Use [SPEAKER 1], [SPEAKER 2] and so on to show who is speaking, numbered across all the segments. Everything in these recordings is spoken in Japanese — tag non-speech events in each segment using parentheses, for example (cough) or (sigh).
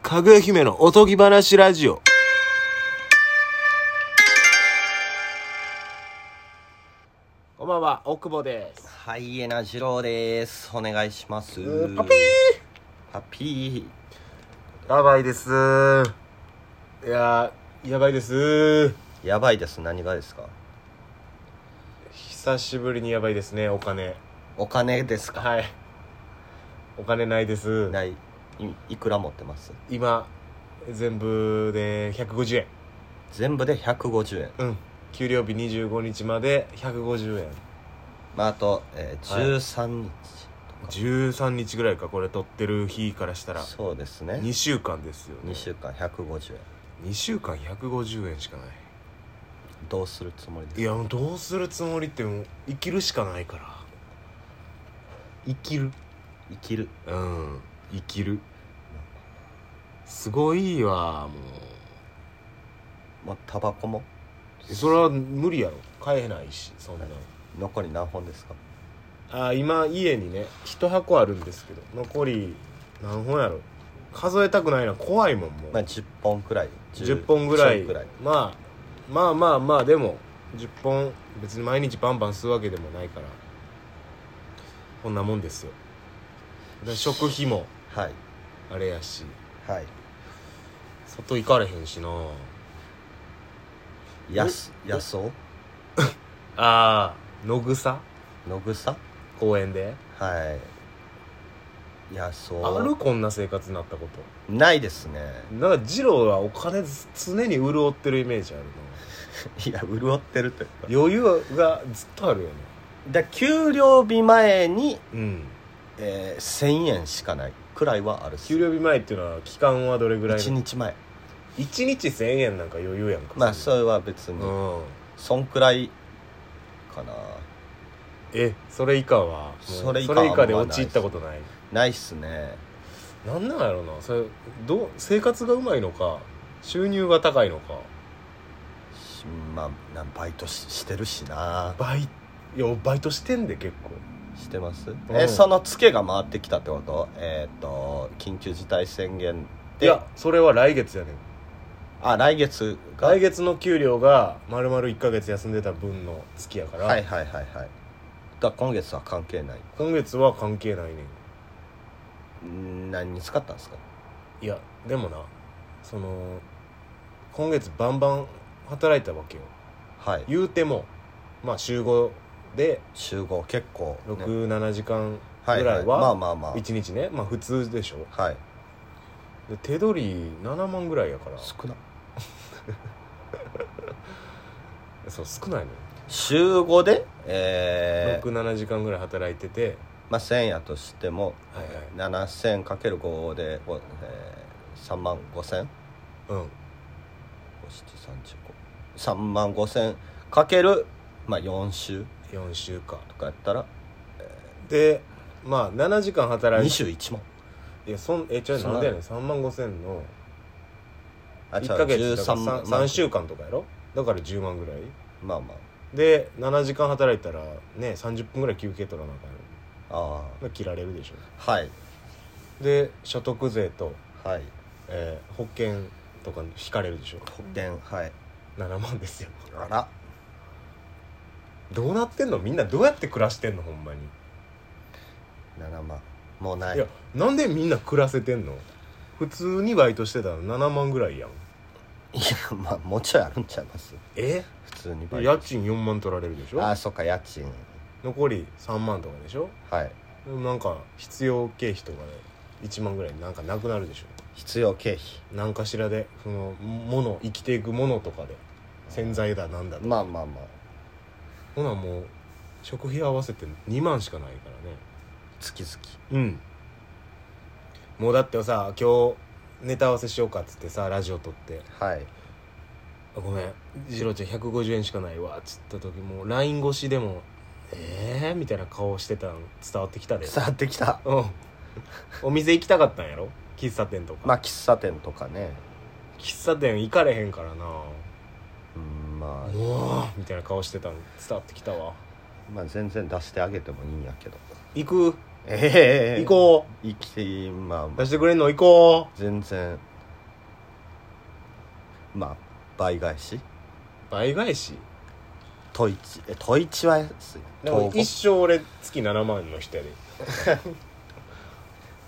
[SPEAKER 1] かぐや姫のおとぎ話ラジオ。こんばんは、大久保です。
[SPEAKER 2] ハイエナ二郎です。お願いします。
[SPEAKER 1] パピー
[SPEAKER 2] パピ
[SPEAKER 1] やばいです。いやー、やばいです。
[SPEAKER 2] ー。やばいです。何がですか
[SPEAKER 1] 久しぶりにやばいですね、お金。
[SPEAKER 2] お金ですか
[SPEAKER 1] はい。お金ないです。
[SPEAKER 2] ない。いいくら持ってます
[SPEAKER 1] 今、全部で150円。
[SPEAKER 2] 全部で150円。
[SPEAKER 1] うん。給料日25日まで150円。
[SPEAKER 2] まあ、あと、えー
[SPEAKER 1] はい
[SPEAKER 2] 13日とか、
[SPEAKER 1] 13日ぐらいか、これ撮ってる日からしたら。
[SPEAKER 2] そうですね。
[SPEAKER 1] 2週間ですよ、ね、
[SPEAKER 2] 2週間150円。
[SPEAKER 1] 2週間150円しかない
[SPEAKER 2] どうするつもりです
[SPEAKER 1] い
[SPEAKER 2] か
[SPEAKER 1] やもうどうするつもりってもう生きるしかないか
[SPEAKER 2] 生きる生きる。
[SPEAKER 1] らうん生きるすごいわも
[SPEAKER 2] まあ、タバコも
[SPEAKER 1] うそれは無理やろ買えないしそんなの
[SPEAKER 2] 残り何本ですか
[SPEAKER 1] あー今家にね一箱あるんですけど残り何本やろ数えたくないな怖いもんもう、
[SPEAKER 2] まあ、10本くらい。
[SPEAKER 1] 10本ぐらい
[SPEAKER 2] ちょくらい。
[SPEAKER 1] まあまあまあまあでも10本別に毎日バンバン吸うわけでもないからこんなもんですよで食費も
[SPEAKER 2] はい。
[SPEAKER 1] あれやし
[SPEAKER 2] はい。
[SPEAKER 1] 外行かれへんしな
[SPEAKER 2] やす、やそう
[SPEAKER 1] ああ野草
[SPEAKER 2] 野草
[SPEAKER 1] 公園で
[SPEAKER 2] はい。いや、そう。
[SPEAKER 1] あるこんな生活になったこ
[SPEAKER 2] ないですね。 (laughs)
[SPEAKER 1] となんか二郎はお金ず常に潤ってるイメージある
[SPEAKER 2] いや、潤ってるというか。
[SPEAKER 1] な余裕がずっとあるよね
[SPEAKER 2] だ給料日前に、
[SPEAKER 1] うん
[SPEAKER 2] えー、1000円しかないくらいはあるっす
[SPEAKER 1] 給料日前っていうのは期間はどれぐらい
[SPEAKER 2] 1
[SPEAKER 1] の
[SPEAKER 2] 日前。
[SPEAKER 1] 1日1000円なんか余裕やんか
[SPEAKER 2] まあ、それは別に、
[SPEAKER 1] うん
[SPEAKER 2] そんくらいかな。
[SPEAKER 1] えそれ以下はもう
[SPEAKER 2] それ以下は
[SPEAKER 1] それ以下で陥ったことない
[SPEAKER 2] ないっすね。
[SPEAKER 1] なんなんやろなそれどう生活がうまいのか収入が高いのか
[SPEAKER 2] しまあ、なんバイトししてるしな。
[SPEAKER 1] バイいやバイトしてんで結構
[SPEAKER 2] してます
[SPEAKER 1] う
[SPEAKER 2] え、
[SPEAKER 1] ん
[SPEAKER 2] そのツケが回ってきたってことえっ、と、緊急事態宣言
[SPEAKER 1] い
[SPEAKER 2] で、
[SPEAKER 1] やそれは来月やねん
[SPEAKER 2] あ、来月が。
[SPEAKER 1] 来月の給料が丸々1ヶ月休んでた分の月やから、
[SPEAKER 2] はいはいはいはい。が今月は関係ない。
[SPEAKER 1] 今月は関係ないね
[SPEAKER 2] ん何に使ったんですか
[SPEAKER 1] んいやでもなその今月バンバン働いたわけよ
[SPEAKER 2] はい
[SPEAKER 1] 言うてもまあ週5で
[SPEAKER 2] 集合結構、ね
[SPEAKER 1] 67時間ぐ
[SPEAKER 2] はい
[SPEAKER 1] らい
[SPEAKER 2] まあ
[SPEAKER 1] は
[SPEAKER 2] まあま
[SPEAKER 1] 1日ねまあ普通でしょ
[SPEAKER 2] あはい
[SPEAKER 1] で手取り7万ぐらいやから
[SPEAKER 2] 少な
[SPEAKER 1] そう少ないのよ、
[SPEAKER 2] 集合でえー
[SPEAKER 1] 67時間ぐらい働いてて
[SPEAKER 2] まあ、1000やとしても、
[SPEAKER 1] はいはい
[SPEAKER 2] えー 7000×5 で、ごえー、3万5000
[SPEAKER 1] うん
[SPEAKER 2] 3万5000かける、まあ、4週
[SPEAKER 1] 4週間
[SPEAKER 2] とかやったら
[SPEAKER 1] でまあ7時間働いて
[SPEAKER 2] 21万
[SPEAKER 1] いやそんえちょ
[SPEAKER 2] そ
[SPEAKER 1] な
[SPEAKER 2] んなん
[SPEAKER 1] でやねん3万5千の
[SPEAKER 2] あ
[SPEAKER 1] 1ヶ月だから
[SPEAKER 2] 万
[SPEAKER 1] 3, 3週間とかやろだから10万ぐらい
[SPEAKER 2] まあま
[SPEAKER 1] で7時間働いたらね30分ぐらい休憩取らなあかんや
[SPEAKER 2] ああ
[SPEAKER 1] ろ切られるでし
[SPEAKER 2] あはい
[SPEAKER 1] ょで所得税と、
[SPEAKER 2] はい
[SPEAKER 1] えー保険とか引かれるでしょ
[SPEAKER 2] 保険はい
[SPEAKER 1] 7万ですよ
[SPEAKER 2] あら
[SPEAKER 1] どうなってんのみんなどうやって暮らしてんのほんまに
[SPEAKER 2] 7万もうないい
[SPEAKER 1] やなんでみんな暮らせてんの普通にバイトしてたら7万ぐらいやん
[SPEAKER 2] いや (laughs) まあもうちょいあるんちゃいます
[SPEAKER 1] え
[SPEAKER 2] 普通にバイト
[SPEAKER 1] 家賃4万取られるでし
[SPEAKER 2] あ
[SPEAKER 1] ょ
[SPEAKER 2] あそっか家賃
[SPEAKER 1] 残り3万とかでしょ
[SPEAKER 2] はい
[SPEAKER 1] でもなんか必要経費とかで1万ぐらいなんかなくなるでしょ
[SPEAKER 2] 必要経費
[SPEAKER 1] 何かしらでそのもの生きていくものとかで洗剤だなんだと
[SPEAKER 2] まあまあまあ
[SPEAKER 1] ほなもう食費合わせて2万しかないからね
[SPEAKER 2] 月々
[SPEAKER 1] うんもうだってさ今日ネタ合わせしようかっつってさラジオ撮って
[SPEAKER 2] はい
[SPEAKER 1] あごめん次郎ちゃん150円しかないわっつった時もう LINE 越しでも「えー?」みたいな顔してたん伝わってきたで
[SPEAKER 2] 伝わってきた
[SPEAKER 1] うん (laughs) お店行きたかったんやろ喫茶店とか、
[SPEAKER 2] まあ喫茶店とかね
[SPEAKER 1] 喫茶店行かれへんからな
[SPEAKER 2] うん
[SPEAKER 1] うわ
[SPEAKER 2] ま
[SPEAKER 1] ーみたいな顔してたん伝わってきたわ
[SPEAKER 2] あまあ全然出してあげてもいいんやけど
[SPEAKER 1] 行く
[SPEAKER 2] ええ
[SPEAKER 1] 行こ
[SPEAKER 2] う生きてまあ
[SPEAKER 1] う
[SPEAKER 2] まあ
[SPEAKER 1] 出してくれんの行こ
[SPEAKER 2] 全然
[SPEAKER 1] う
[SPEAKER 2] まあ倍返し
[SPEAKER 1] 倍返し
[SPEAKER 2] 問いちえ問いちは安い
[SPEAKER 1] でも
[SPEAKER 2] 統合
[SPEAKER 1] 一生俺月7万の人やで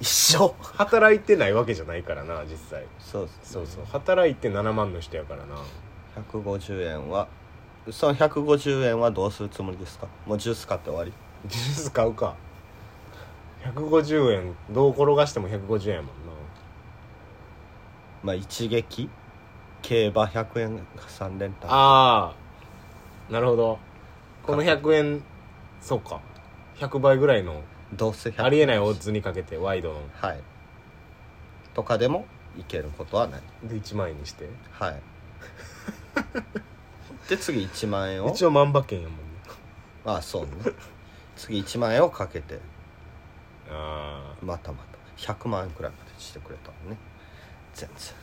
[SPEAKER 2] 一緒
[SPEAKER 1] 働いてないわけじゃないからな実際
[SPEAKER 2] そうですね
[SPEAKER 1] そうそう働いて7万の人やからな
[SPEAKER 2] 150円はその150円はどうするつもりですかもうジュース買って終わり
[SPEAKER 1] ジュース買うか150円どう転がしても150円やもん
[SPEAKER 2] まあ一撃競馬100円3連
[SPEAKER 1] な
[SPEAKER 2] 単
[SPEAKER 1] ああなるほどこの100円そうか100倍ぐらいの
[SPEAKER 2] どうせ100
[SPEAKER 1] ありえないオッズにかけてワイドの
[SPEAKER 2] はいとかでもいけることはない
[SPEAKER 1] で1万円にして
[SPEAKER 2] はい
[SPEAKER 1] (laughs)
[SPEAKER 2] で次1万円を
[SPEAKER 1] 一応万馬券やもんね
[SPEAKER 2] ああそうね次1万円をかけて
[SPEAKER 1] あ
[SPEAKER 2] またまた100万円くらいまでしてくれたのね全然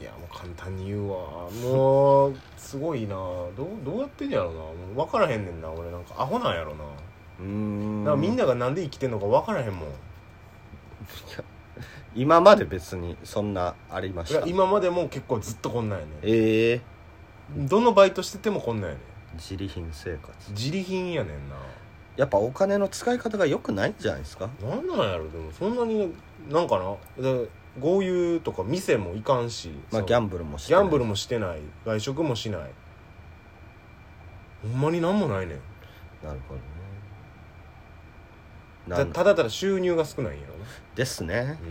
[SPEAKER 1] あいやもう簡単に言うわもうすごいなどうどうやってんやろなもう分からへんねんな俺なんかアホなんやろな
[SPEAKER 2] うーん
[SPEAKER 1] なんかみんながなんで生きてんのか分からへんもん
[SPEAKER 2] 今まで別にそんなありま
[SPEAKER 1] い
[SPEAKER 2] し
[SPEAKER 1] や
[SPEAKER 2] た
[SPEAKER 1] 今までも結構ずっとこんなんやね
[SPEAKER 2] ええ
[SPEAKER 1] どのバイトしててもこんなんやね
[SPEAKER 2] 自利品生活
[SPEAKER 1] 自利品やねんな
[SPEAKER 2] やっぱお金の使い方が良くないんじゃないですか
[SPEAKER 1] なんなんやろでもそんなになんかなで豪遊とか店も行かんし、
[SPEAKER 2] まあ
[SPEAKER 1] その
[SPEAKER 2] ギャンブルもし
[SPEAKER 1] ギ
[SPEAKER 2] て
[SPEAKER 1] ャンブル
[SPEAKER 2] も
[SPEAKER 1] もしてない外食もしないほんまになんもないねん
[SPEAKER 2] なるほどねな
[SPEAKER 1] た
[SPEAKER 2] ん
[SPEAKER 1] ただただ収入が少ないんやろな
[SPEAKER 2] ですね
[SPEAKER 1] う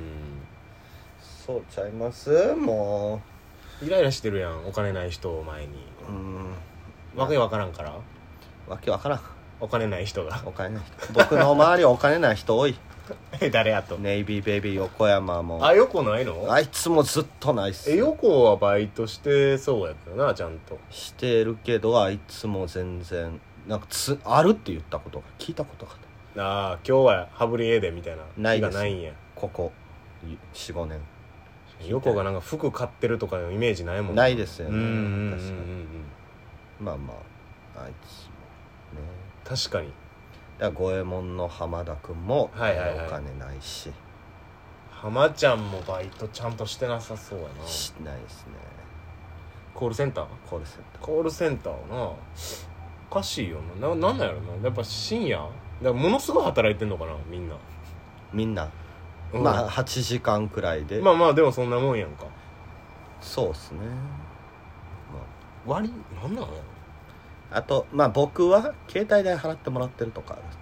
[SPEAKER 2] そうちゃいますも
[SPEAKER 1] んイライラしてるやんお金ない人を前に
[SPEAKER 2] ううん
[SPEAKER 1] わけわからんから
[SPEAKER 2] わけわからん
[SPEAKER 1] お金ない人が (laughs)
[SPEAKER 2] お金ない人 (laughs) 僕の周りはお金ない人多い
[SPEAKER 1] 誰やと
[SPEAKER 2] ネイビーベイビー横山も
[SPEAKER 1] あよこないの
[SPEAKER 2] あいつもずっとないっす
[SPEAKER 1] えよこはバイトしてそうやったなちゃんと
[SPEAKER 2] してるけどあいつも全然なんかつあるって言ったことが聞いたことがない
[SPEAKER 1] ああ今日は羽振りええでみたいな
[SPEAKER 2] ない
[SPEAKER 1] 日
[SPEAKER 2] で
[SPEAKER 1] が
[SPEAKER 2] す
[SPEAKER 1] ないんや
[SPEAKER 2] ここ45年
[SPEAKER 1] ヨコがなんか服買ってるとかのイメージないもん
[SPEAKER 2] ないいですよ
[SPEAKER 1] うんうんうん
[SPEAKER 2] ね
[SPEAKER 1] うんう
[SPEAKER 2] 確かに
[SPEAKER 1] ん
[SPEAKER 2] まあまああいつもね
[SPEAKER 1] 確かに
[SPEAKER 2] だから五右衛門の浜田君もお
[SPEAKER 1] はいはいはい
[SPEAKER 2] 金ないし、
[SPEAKER 1] 浜ちゃんもバイトちゃんとしてなさそうやな
[SPEAKER 2] しないですね
[SPEAKER 1] コールセンター
[SPEAKER 2] コールセンター
[SPEAKER 1] コールセンターはなおかしいよなななんなんやろなやっぱ深夜だからものすごい働いてんのかなみんな、
[SPEAKER 2] みんな、
[SPEAKER 1] うん
[SPEAKER 2] まあ8時間くらいで、
[SPEAKER 1] まあまあでもそんなもんやんか
[SPEAKER 2] そうですね、ま
[SPEAKER 1] 割なんなんやろ
[SPEAKER 2] あ、あとまあ僕は携帯代払ってもらってるとかあるんで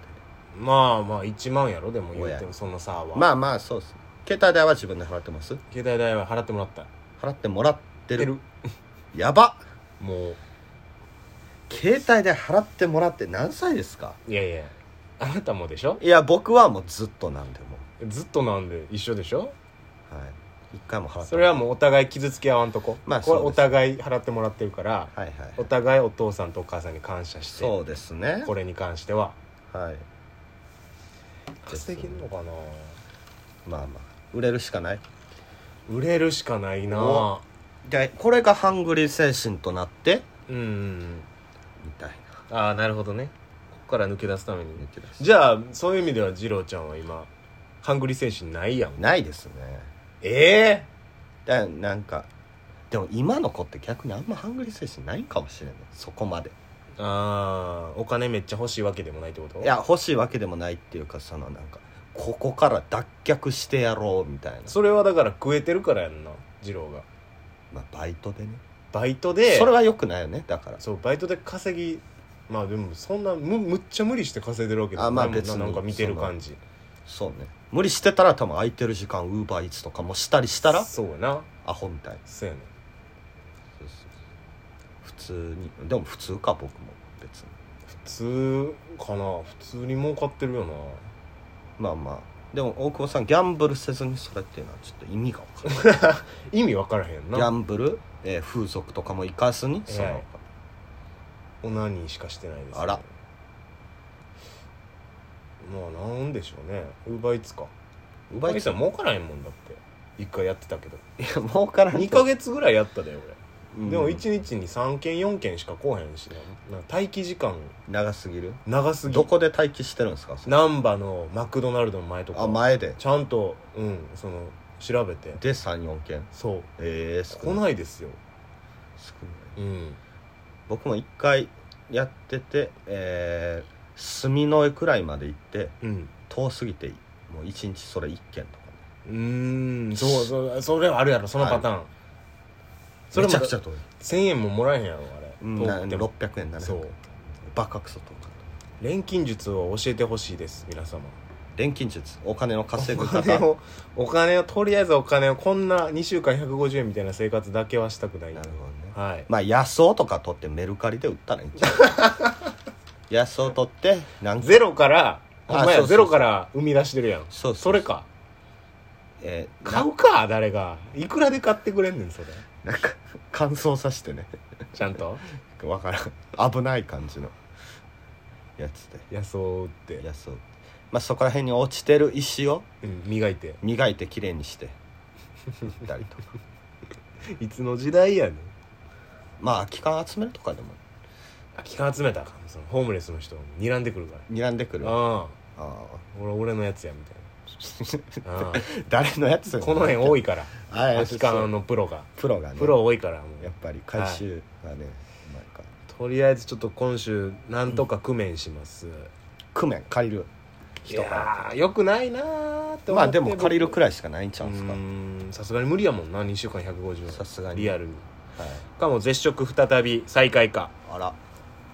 [SPEAKER 1] まあまあ1万やろでも言うて
[SPEAKER 2] おや
[SPEAKER 1] もその差は
[SPEAKER 2] まあまあそうですね携帯代は自分で払ってます
[SPEAKER 1] 携帯代は払ってもらった
[SPEAKER 2] 払ってもらって
[SPEAKER 1] て
[SPEAKER 2] る
[SPEAKER 1] る
[SPEAKER 2] やば
[SPEAKER 1] もう
[SPEAKER 2] 携帯代払ってもらって何歳ですか
[SPEAKER 1] いやいやあなたもでしょ
[SPEAKER 2] いや僕はもうずっとなんでも
[SPEAKER 1] ずっとなんで一緒でしょ
[SPEAKER 2] うはい一回も払って
[SPEAKER 1] それはもうお互い傷つけ合わんとこ、
[SPEAKER 2] まあ
[SPEAKER 1] これ
[SPEAKER 2] そう
[SPEAKER 1] お
[SPEAKER 2] です
[SPEAKER 1] 互い払ってもらってるから
[SPEAKER 2] はいはい
[SPEAKER 1] お互いお父さんとお母さんに感謝して
[SPEAKER 2] そうですね
[SPEAKER 1] これに関しては
[SPEAKER 2] はい
[SPEAKER 1] 稼げんのかな
[SPEAKER 2] まあまあ売れるしかない
[SPEAKER 1] 売れるしかないな
[SPEAKER 2] おでこれがハングリー精神となって
[SPEAKER 1] うんうんうん
[SPEAKER 2] みたい
[SPEAKER 1] ああなるほどねここから抜け出すために
[SPEAKER 2] な抜け出す
[SPEAKER 1] じゃあそういう意味では二郎ちゃんは今ハングリー精神ないやん
[SPEAKER 2] ないですね
[SPEAKER 1] ええ
[SPEAKER 2] だなんかでも今の子って逆にあんまハングリー精神ないかもしれないそこまで
[SPEAKER 1] ああお金めっちゃ欲しいわけでもないってこと
[SPEAKER 2] いや欲しいわけでもないっていうかそのなんかここから脱却してやろうみたいな、
[SPEAKER 1] それはだから食えてるからやんな二郎が
[SPEAKER 2] まあ、バイトでね
[SPEAKER 1] バイトで
[SPEAKER 2] それは良くないよねだから
[SPEAKER 1] そうバイトで稼ぎまあでもそんなむむっちゃ無理して稼いでるわけでも
[SPEAKER 2] あまあ
[SPEAKER 1] ないもん
[SPEAKER 2] 別に
[SPEAKER 1] ななんか見てる感じ
[SPEAKER 2] そうね無理してたら多分空いてる時間ウーバーイーツとかもしたりしたら
[SPEAKER 1] そうやな
[SPEAKER 2] アホみたいな
[SPEAKER 1] そうやね
[SPEAKER 2] 普通にでも普通か僕も別に
[SPEAKER 1] 普通かな普通に儲かってるよな
[SPEAKER 2] まあまあでも大久保さんギャンブルせずにそれっていうのはちょっと意味が分から
[SPEAKER 1] 意味分からへん
[SPEAKER 2] ないギャ
[SPEAKER 1] な
[SPEAKER 2] ンブル、えー風俗とかも行かずにその、
[SPEAKER 1] はいオナニーしかしてないです
[SPEAKER 2] あら
[SPEAKER 1] まあなんでしょうねウーバーイーツかウーバーイ
[SPEAKER 2] 奪
[SPEAKER 1] ー
[SPEAKER 2] い (laughs)
[SPEAKER 1] ツ
[SPEAKER 2] つ
[SPEAKER 1] は儲からへんもんだって一回やってたけど
[SPEAKER 2] 儲からん
[SPEAKER 1] 2ヶ月ぐらいやったで俺
[SPEAKER 2] うん
[SPEAKER 1] でも1日に3件4件しか来おへんしねなんか待機時間
[SPEAKER 2] 長すぎる
[SPEAKER 1] 長すぎ
[SPEAKER 2] どこで待機してるんですかそれ
[SPEAKER 1] 難波のマクドナルドの前とか
[SPEAKER 2] あ前で
[SPEAKER 1] ちゃんとうんその調べて
[SPEAKER 2] で34件
[SPEAKER 1] そう
[SPEAKER 2] ええ
[SPEAKER 1] 来
[SPEAKER 2] 少ない
[SPEAKER 1] ないですよ
[SPEAKER 2] 少ない
[SPEAKER 1] うん
[SPEAKER 2] 僕も一回やっててえー隅の絵くらいまで行って
[SPEAKER 1] うん
[SPEAKER 2] 遠すぎてもう一日それ一軒とかね
[SPEAKER 1] うーんそうそうそれはあるやろそのパターン、それ
[SPEAKER 2] め
[SPEAKER 1] も
[SPEAKER 2] ちゃくちゃ遠い
[SPEAKER 1] 1000円ももらえへんやろあれ、
[SPEAKER 2] うん
[SPEAKER 1] 遠
[SPEAKER 2] な
[SPEAKER 1] くても
[SPEAKER 2] 600円700円
[SPEAKER 1] そう
[SPEAKER 2] バカクソ遠かった
[SPEAKER 1] 錬金術を教えてほしいです皆様
[SPEAKER 2] 錬金術お金の稼
[SPEAKER 1] お
[SPEAKER 2] ぐ
[SPEAKER 1] 金
[SPEAKER 2] 方
[SPEAKER 1] をお金をとりあえずお金をこんな2週間150円みたいな生活だけはしたくない
[SPEAKER 2] なるほどね
[SPEAKER 1] はい
[SPEAKER 2] まあ安尾とか取ってメルカリで売ったらいいんちゃう (laughs) 安尾取ってなんか
[SPEAKER 1] ゼロから
[SPEAKER 2] あ
[SPEAKER 1] お前
[SPEAKER 2] そうそうそ
[SPEAKER 1] や
[SPEAKER 2] う
[SPEAKER 1] ゼロから生み出してるやん
[SPEAKER 2] そうそう
[SPEAKER 1] それか
[SPEAKER 2] えー
[SPEAKER 1] 買うか誰がいくらで買ってくれんねんそれ
[SPEAKER 2] ななんか乾燥させてね
[SPEAKER 1] ちゃんと
[SPEAKER 2] わからん危ない感じのやつで
[SPEAKER 1] 野草を売って、
[SPEAKER 2] 安尾まあそこら辺に落ちてる石を
[SPEAKER 1] うん、磨いて
[SPEAKER 2] 磨いてきれいにして売ったり (laughs) とか
[SPEAKER 1] いつの時代やねん
[SPEAKER 2] まあ期間集めるとかでも
[SPEAKER 1] あ期間集めたらあかんそのホームレスの人睨んでくるから
[SPEAKER 2] 睨んでくるあ
[SPEAKER 1] ああ
[SPEAKER 2] あ
[SPEAKER 1] 俺俺のやつやみたい (laughs) なああ
[SPEAKER 2] 誰のやつ
[SPEAKER 1] この辺多
[SPEAKER 2] い
[SPEAKER 1] いから
[SPEAKER 2] 空
[SPEAKER 1] 空き缶のプロが
[SPEAKER 2] プロがね
[SPEAKER 1] プロ多いからもう
[SPEAKER 2] やっぱり回収がね、なんか
[SPEAKER 1] とりあえずちょっと今週なんとか工面します、
[SPEAKER 2] 工面借りる
[SPEAKER 1] い
[SPEAKER 2] 人か
[SPEAKER 1] やーよくないなーって思って
[SPEAKER 2] まあでも借りる
[SPEAKER 1] く
[SPEAKER 2] くらいしかないんちゃ
[SPEAKER 1] ら
[SPEAKER 2] う
[SPEAKER 1] い
[SPEAKER 2] んすか
[SPEAKER 1] さすがに無理やもんな2週間150円
[SPEAKER 2] さすがに
[SPEAKER 1] リアルに
[SPEAKER 2] はい
[SPEAKER 1] かも絶食再び再開か
[SPEAKER 2] あら